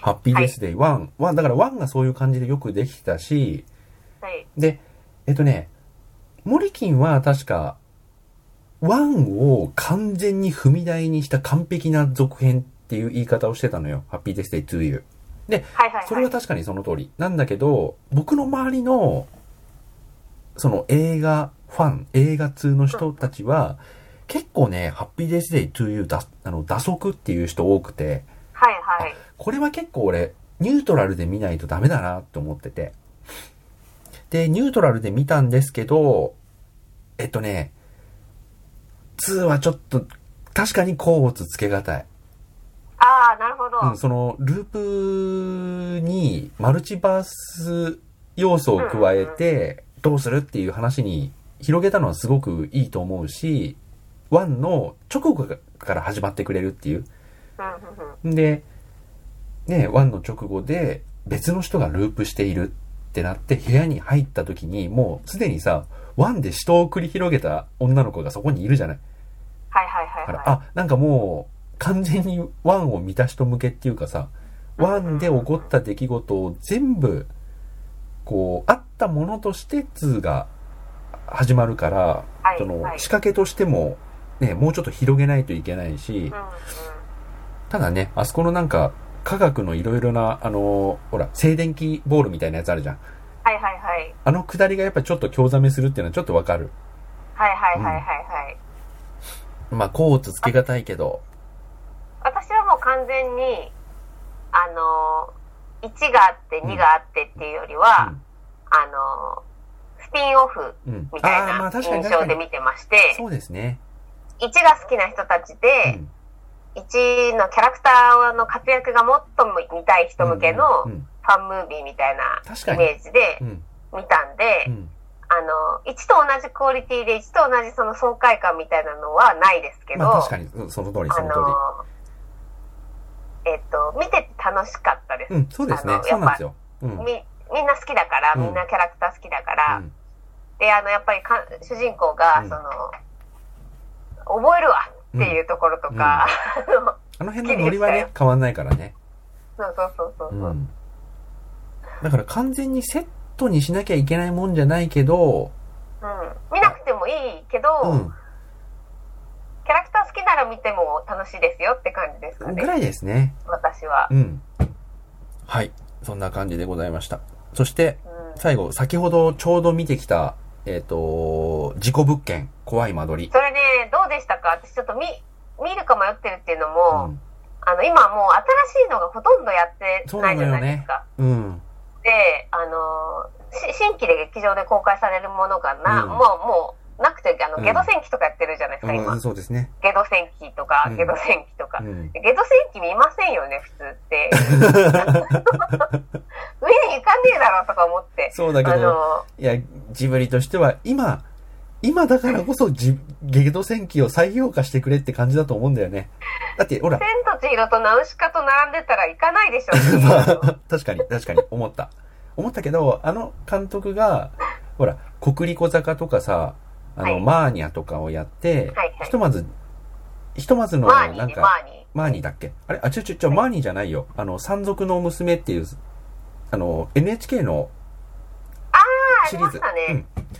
ハッピーデスデイ、ワン、ワン、だからワンがそういう感じでよくできてたし、はい。で、えっとね、モリキンは確か、ワンを完全に踏み台にした完璧な続編っていう言い方をしてたのよ。ハッピーデスデイ to you。はいはいはい。それは確かにその通り。なんだけど、僕の周りの、その映画ファン、映画通の人たちは、結構ね、ハッピーデスデイ to you だ、あの、打足っていう人多くて、はいはい。これは結構俺、ニュートラルで見ないとダメだなって思ってて。で、ニュートラルで見たんですけど、えっとね、2はちょっと、確かに甲乙つけがたい。あああ、なるほど。うん、その、ループにマルチバース要素を加えて、どうするっていう話に広げたのはすごくいいと思うし、1の直後から始まってくれるっていう。うんうんうんで、ね、1の直後で別の人がループしているってなって部屋に入った時にもうすでにさ、1で死闘を繰り広げた女の子がそこにいるじゃない。はいはいはだいから、はい。あ、なんかもう完全に1を満た人向けっていうかさ、1で起こった出来事を全部、こう、あったものとして2が始まるから、はいそのはい仕掛けとしても、ね、もうちょっと広げないといけないし、うんうんただね、あそこのなんか、科学のいろいろな、あのーほら、静電気ボールみたいなやつあるじゃん。はいはいはい。あの下りがやっぱちょっと興ざめするっていうのはちょっとわかる。はいはいはいはいはい。まあ、こうつつけがたいけど。私はもう完全に、あのー、1があって2があってっていうよりは、あのー、スピンオフうん。うん。みたいああ、まなあ確か印に確象かでに。見てまして、そうですね。 1が好きな人たちうで、ん。 1のキャラクターの活躍がもっと見たい人向けのうフん。ァンムービーみたいな確かイにメージでうん。見たんで、うん。あの、1と同じクオリティで、1と同じその爽快感みたいなのはないですけど、まあ確かに、うんその通り、あその通の、えっと、見てて楽しかったです。り。うん、そうですあねの。そうなんですよ。うん。うん。み、みんな好きだから、うんみんなキャラクター好きだから、で、あの、やっぱりか、主人公がう、んその、覚えるわっていうところとか、あのあの辺のノリはね、変わんないからね。 そうそうそうそううそう。ん。だから完全にセットにしなきゃいけないもんじゃないけど、うん見なくてもいいけど、うん。キャラクター好きなら見ても楽しいですよって感じですかぐね、らいですね。私は。うん。はい。そんな感じでございました。そして、うん最後、先ほどちょうど見てきた、えっ、と、事故物件、怖い間取り。それね、どうでしたか私ちょっと見、見るか迷ってるっていうのうも、ん。あの、今もう新しいのがほとんどやってないじゃないですか。うん。で、あのーし新規で劇場で公開されるものがな、うんもう、もう、なくて、あうの、んゲド戦記とかやってるじゃないですか、う今ん、。そうですね。ゲド戦記とかう、んゲド戦記とかう。ん。ゲド戦記見ませんよね、普 通って。上に行かねえだろ、とか思って。そうだけあど、のいや、ジブリとしては、今、今だからこそじ、ゲド戦記を再評価してくれって感じだと思うんだよね。だって、ほらー、、千と千尋とナウシカと並んでたら行かないでしょっていう。 まあ、確かに、確かに、思った。思ったけど、あの監督が、ほら、国立小坂とかさ、あの、はいマーニャとかをやって、はいはいひとまず、ひとまずの、マーニなーんね、マか、ーニー。マーニーだっけあれあ、ちょちょちょ、マーニーじゃないよ。あの、山賊の娘っていう、あの、NHK のあシりリーまズ。したね、うん。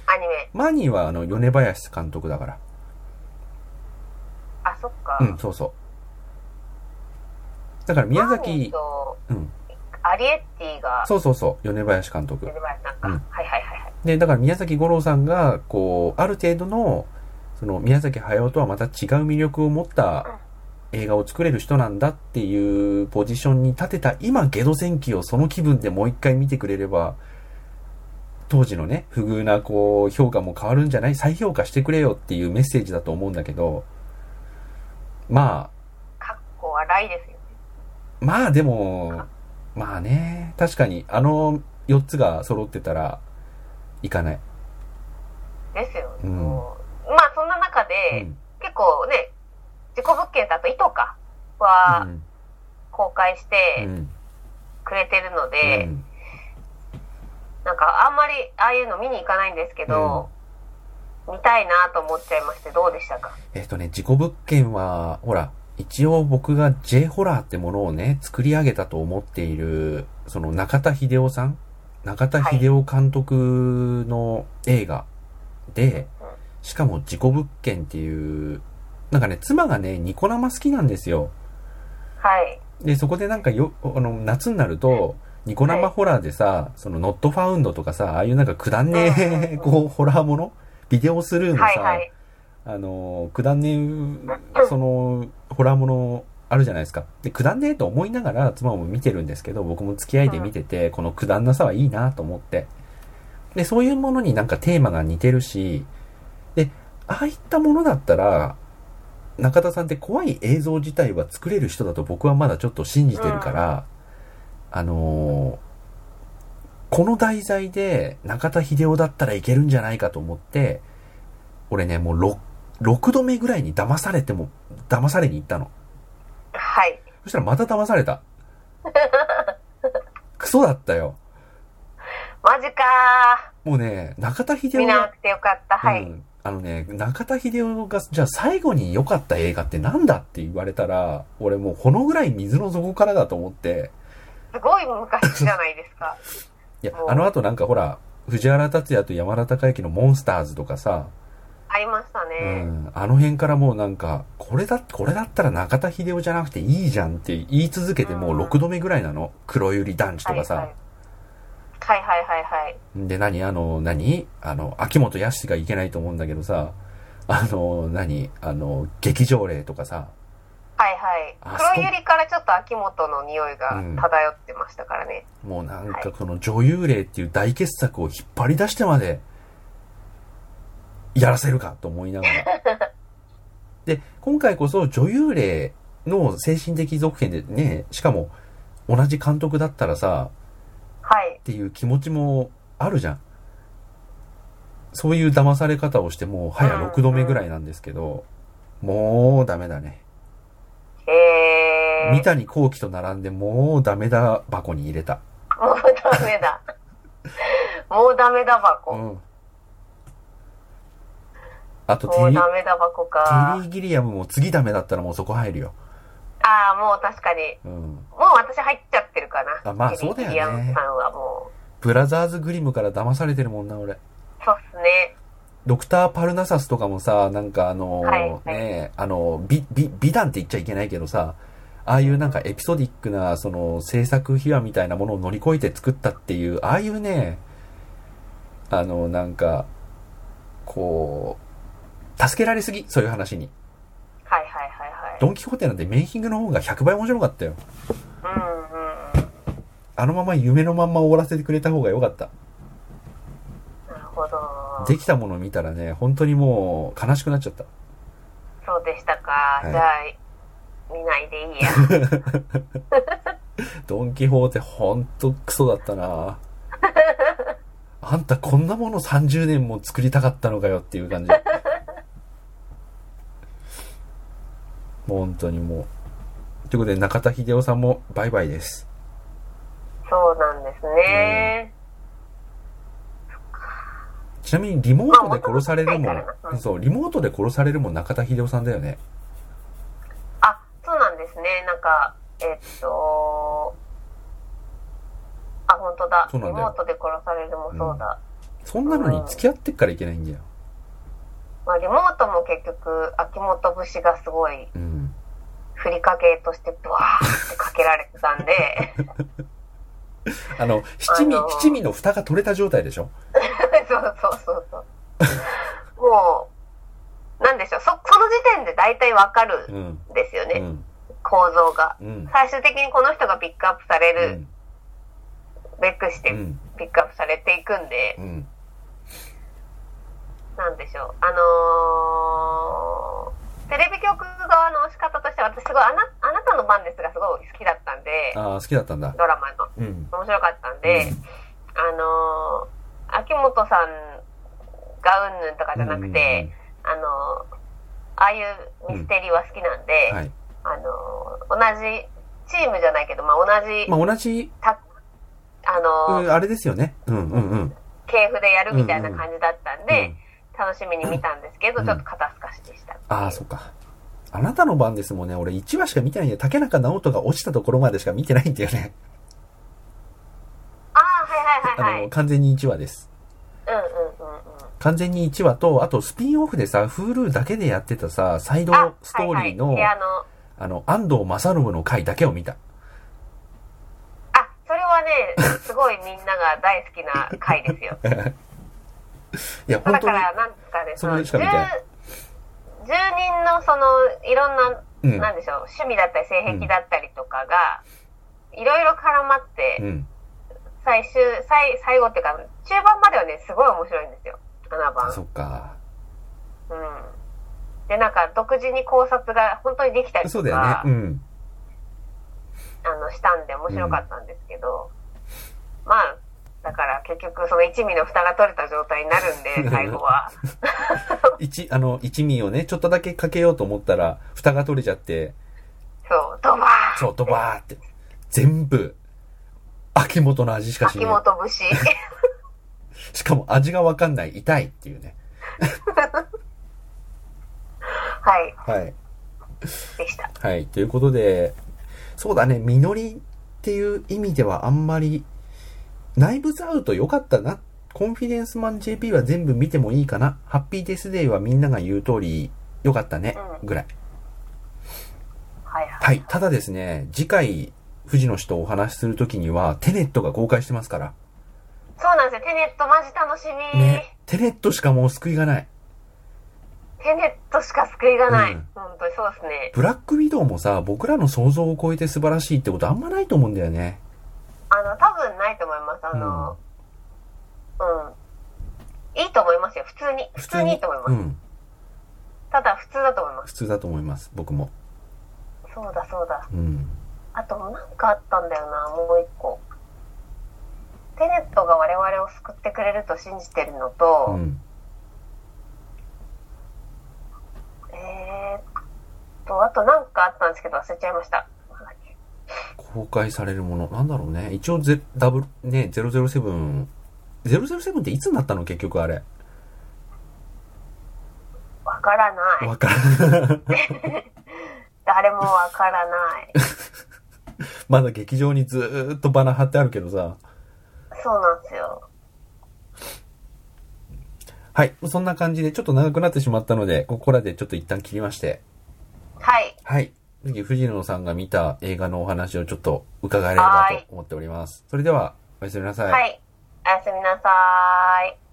アニメ。マーニーは、あの、米林監督だから。あ、そっか。うん、そうそう。だから、宮マーニー崎、とうん。アリエッティが、そうそうそう、米林監督出。てましたか、うんはいはいはいはい。で、だから宮崎五郎さんが、こう、ある程度の、その宮崎駿とはまた違う魅力を持った映画を作れる人なんだっていうポジションに立てた今、ゲド戦記をその気分でもう一回見てくれれば、当時のね、不遇なこう、評価も変わるんじゃない再評価してくれよっていうメッセージだと思うんだけど、まかっこ笑いですよね。あ、まあでも、まあね、確かにあの4つが揃ってたら、いかない。ですよ、うんもうまあそんな中で、うん結構ね、事故物件だと糸かはうん公開しうてんくれてるのうで、んなんかあんまりああいうの見に行かないんですけど、見たいなと思っちゃいまして、どうでしたかえっとね、事故物件は、ほら、一応僕が J ホラーってものをね、作り上げたと思っている、その中田秀夫さん中田秀夫監督の映画で、しかも事故物件っていう、なんかね、妻がね、ニコ生好きなんですよ。はい。で、そこでなんかよ、あの、夏になると、ニコ生ホラーでさ、そのノットファウンドとかさ、ああいうなんかくだんうんうんうねえ、んこう、ホラーものビデオスルーのさ、はいはい。あの、くだんねえ、その、ホラーものあるじゃないですか。で、くだんねえと思いながら妻も見てるんですけど、僕も付き合いで見てて、このくだんなさはいいなと思って。で、そういうものになんかテーマが似てるし、で、ああいったものだったら、中田さんって怖い映像自体は作れる人だと僕はまだちょっと信じてるから、あのーこの題材で中田秀夫だったらいけるんじゃないかと思って、俺ね、もう 6, 6度目ぐらいに騙されても、騙されに行ったの。はい。そしたらまた騙された。クソだったよ。マジかもうね、中田秀ー。夫見がなくてよかった。はうい。ん、あのね、中田秀夫が、じゃあ最後に良かった映画ってなんだって言われたら、俺もうこのぐらい水の底からだと思って、すごい昔じゃないで すか。いやお、うあの後なんかほら、藤原竜也と山田孝之のモンスターズとかさ、ありましたうね。ん、あの辺からもうなんか、これだ、これだったら中田秀夫じゃなくていいじゃんって言い続けてもう6度目ぐらいなの。黒百合団地とかさ。はいはいはいはいはい。で、何あの、何あの、秋元康がいけないと思うんだけどさ、あの、何あの、劇場令とかさ、はいはいあ。黒そう百合からちょっと秋元の匂いが漂ってましたからね。もうなんかこの女優霊っていう大傑作を引っ張り出してまで、やらせるかと思いながら。 で、今回こそ女優霊の精神的続編でね、しかも同じ監督だったらさ、はいっ。ていう気持ちもあるじゃん。そういう騙され方をしてもう早6度目ぐらいなんですけど、もうダメだね。えー。三谷幸喜と並んでもうダメだ箱に入れた。もうダ メだ。もうダメだう箱。ん。あとテもィうリ、ダメだ箱テかィリ。ー・ギリアムも次ダメだったらもうそこ入るよ。ああ、もう確かに。うん。もう私入っちゃってるかな。あまあそうだよねリリアムさんはもブラザーズ・グリムから騙されてるもんな、俺。う。そうっすね。ドクター・パルナサスとかもさ、なんかあのーはいはいねえ、あの、美、美、美談って言っちゃいけないけどさ、ああいうなんかエピソディックな、その、制作秘話みたいなものを乗り越えて作ったっていう、ああいうね、あの、なんか、こう、助けられすぎ、そういう話に。はいはいはいはい。ドン・キホーテなんてメイキングの方が100倍面白かったよ。うんうん。あのまま夢のまんま終わらせてくれた方が良かった。なるほど。できたものを見たらね、本当にもう悲しくなっちゃった。そうでしたか。はいじゃあ、見ないでい いや。ドン・キホーテ本当クソだったなあんたこんなもの30年も作りたかったのかよっていう感じ。もう本当にもう。ということで中田秀夫さんもバイバイです。そうなんですね。ちなみにリモートで殺されるもまあ元々近いから、なそう、リモートで殺されるも中田秀夫さんだよね。あ、そうなんですね。なんか、えっと、あ、本当だ。そリうなんモだよートで殺されるもそうだ。そんなのに付き合ってっからいけないんだよ。まあ、リモートも結局、秋元節がすごい、うん。ふりかけとして、ブワーってかけられてたんで、 あの、七味、あのー七味の蓋が取れた状態でしょそうそうそうそう。もう、なんでしょう。そ、その時点で大体わかるうんん。ですようね。ん。構造が。うん。最終的にこの人がピックアップされうるん。べくしてうん。ピックアップされていくんで、うん。なんでしょう。あのーテレビ局側の押し方としては私すごいあな、あなたの番ですがすごい好きだったんで、ああ、好きだったんだ。ドラマの。うん。面白かったんで、うんあのー秋元さんがうんぬんとかじゃなくて、あのーああいうミステリーは好きなんで、うん、はい。あのー同じ、チームじゃないけど、まあ、同じ、まあ、同じ、あうのーんあれですよね。うんうんうん。系譜でやるみたいな感じだったんで、うん楽しみに見たんですけど、うんちょっと肩透かしでした。ああ、そっか。あなたの番ですもんね。俺1話しか見てないんで、竹中直人が落ちたところまでしか見てないんだよね。ああ、はいはいはあいはい。うの、ん完全に1話です。うんうんうん。完全に1話と、あとスピンオフでさ、Hulu だけでやってたさ、サイドあストーリーの、はいはい、であの、あの、安藤正信の回だけを見た。あ、それはね、すごいみんなが大好きな回ですよ。いや、だ本か当に。ら、なんかね、そそれの、でし住か見てない住人のその、いろんな、うんなんでしょう、趣味だったり、性癖だったりとかが、いろいろ絡まっうて、ん。最終、最、最後っていうか、中盤まではね、すごい面白いんですよ。7番。そっか。うん。で、なんか独自に考察が本当にできたりそとうだよねか、。うん。あの、したんで面白かったんですけど、まあ、だから結局その一味の蓋が取れた状態になるん で、最後は。一、あの、一味をね、ちょっとだけかけようと思ったら、蓋が取れちゃって、そう、ドバーンちょっとバーって、全部、秋元の味しかし秋ね。元節。 しかも味がわかんない、痛いっていうね。はい、はい。でした。はい。ということで、そうだね、実りっていう意味ではあんまり、内部ズアウト良かったな。コンフィデンスマン JP は全部見てもいいかな。ハッピーデスデイはみんなが言う通り良かったね。うんぐらい。はいはい。はい。ただですね、次回、富士の人をお話しするときには、テネットが公開してますから。そうなんですよ。テネットマジ楽しみ。ね。テネットしかもう救いがない。テネットしか救いがない。うん本当にそうですね。ブラックウィドウもさ、僕らの想像を超えて素晴らしいってことあんまないと思うんだよね。あの、多分ないと思います。あの、うん。いいと思いますよ。普通に。普通にいいと思います。うん。ただ、普通だと思います。普通だと思います。僕も。そうだ、そうだ。うん。あと、なんかあったんだよな、もう一個。テネットが我々を救ってくれると信じてるのうと、ん。えーっと、あとなんかあったんですけど、忘れちゃいました。なんだっけ公開されるもの。なんだろうね。一応ゼ、ダブル、ね、007。007っていつになったの結局あれ。わからない。わからん。 誰もわからない。まだ劇場にずーっとバナ貼ってあるけどさ。そうなんですよ。はい。そんな感じで、ちょっと長くなってしまったので、ここらでちょっと一旦切りまして。はい。はい。次、藤野さんが見た映画のお話をちょっと伺えればと思っております。それでは、おやすみなさい。はい。おやすみなさーい。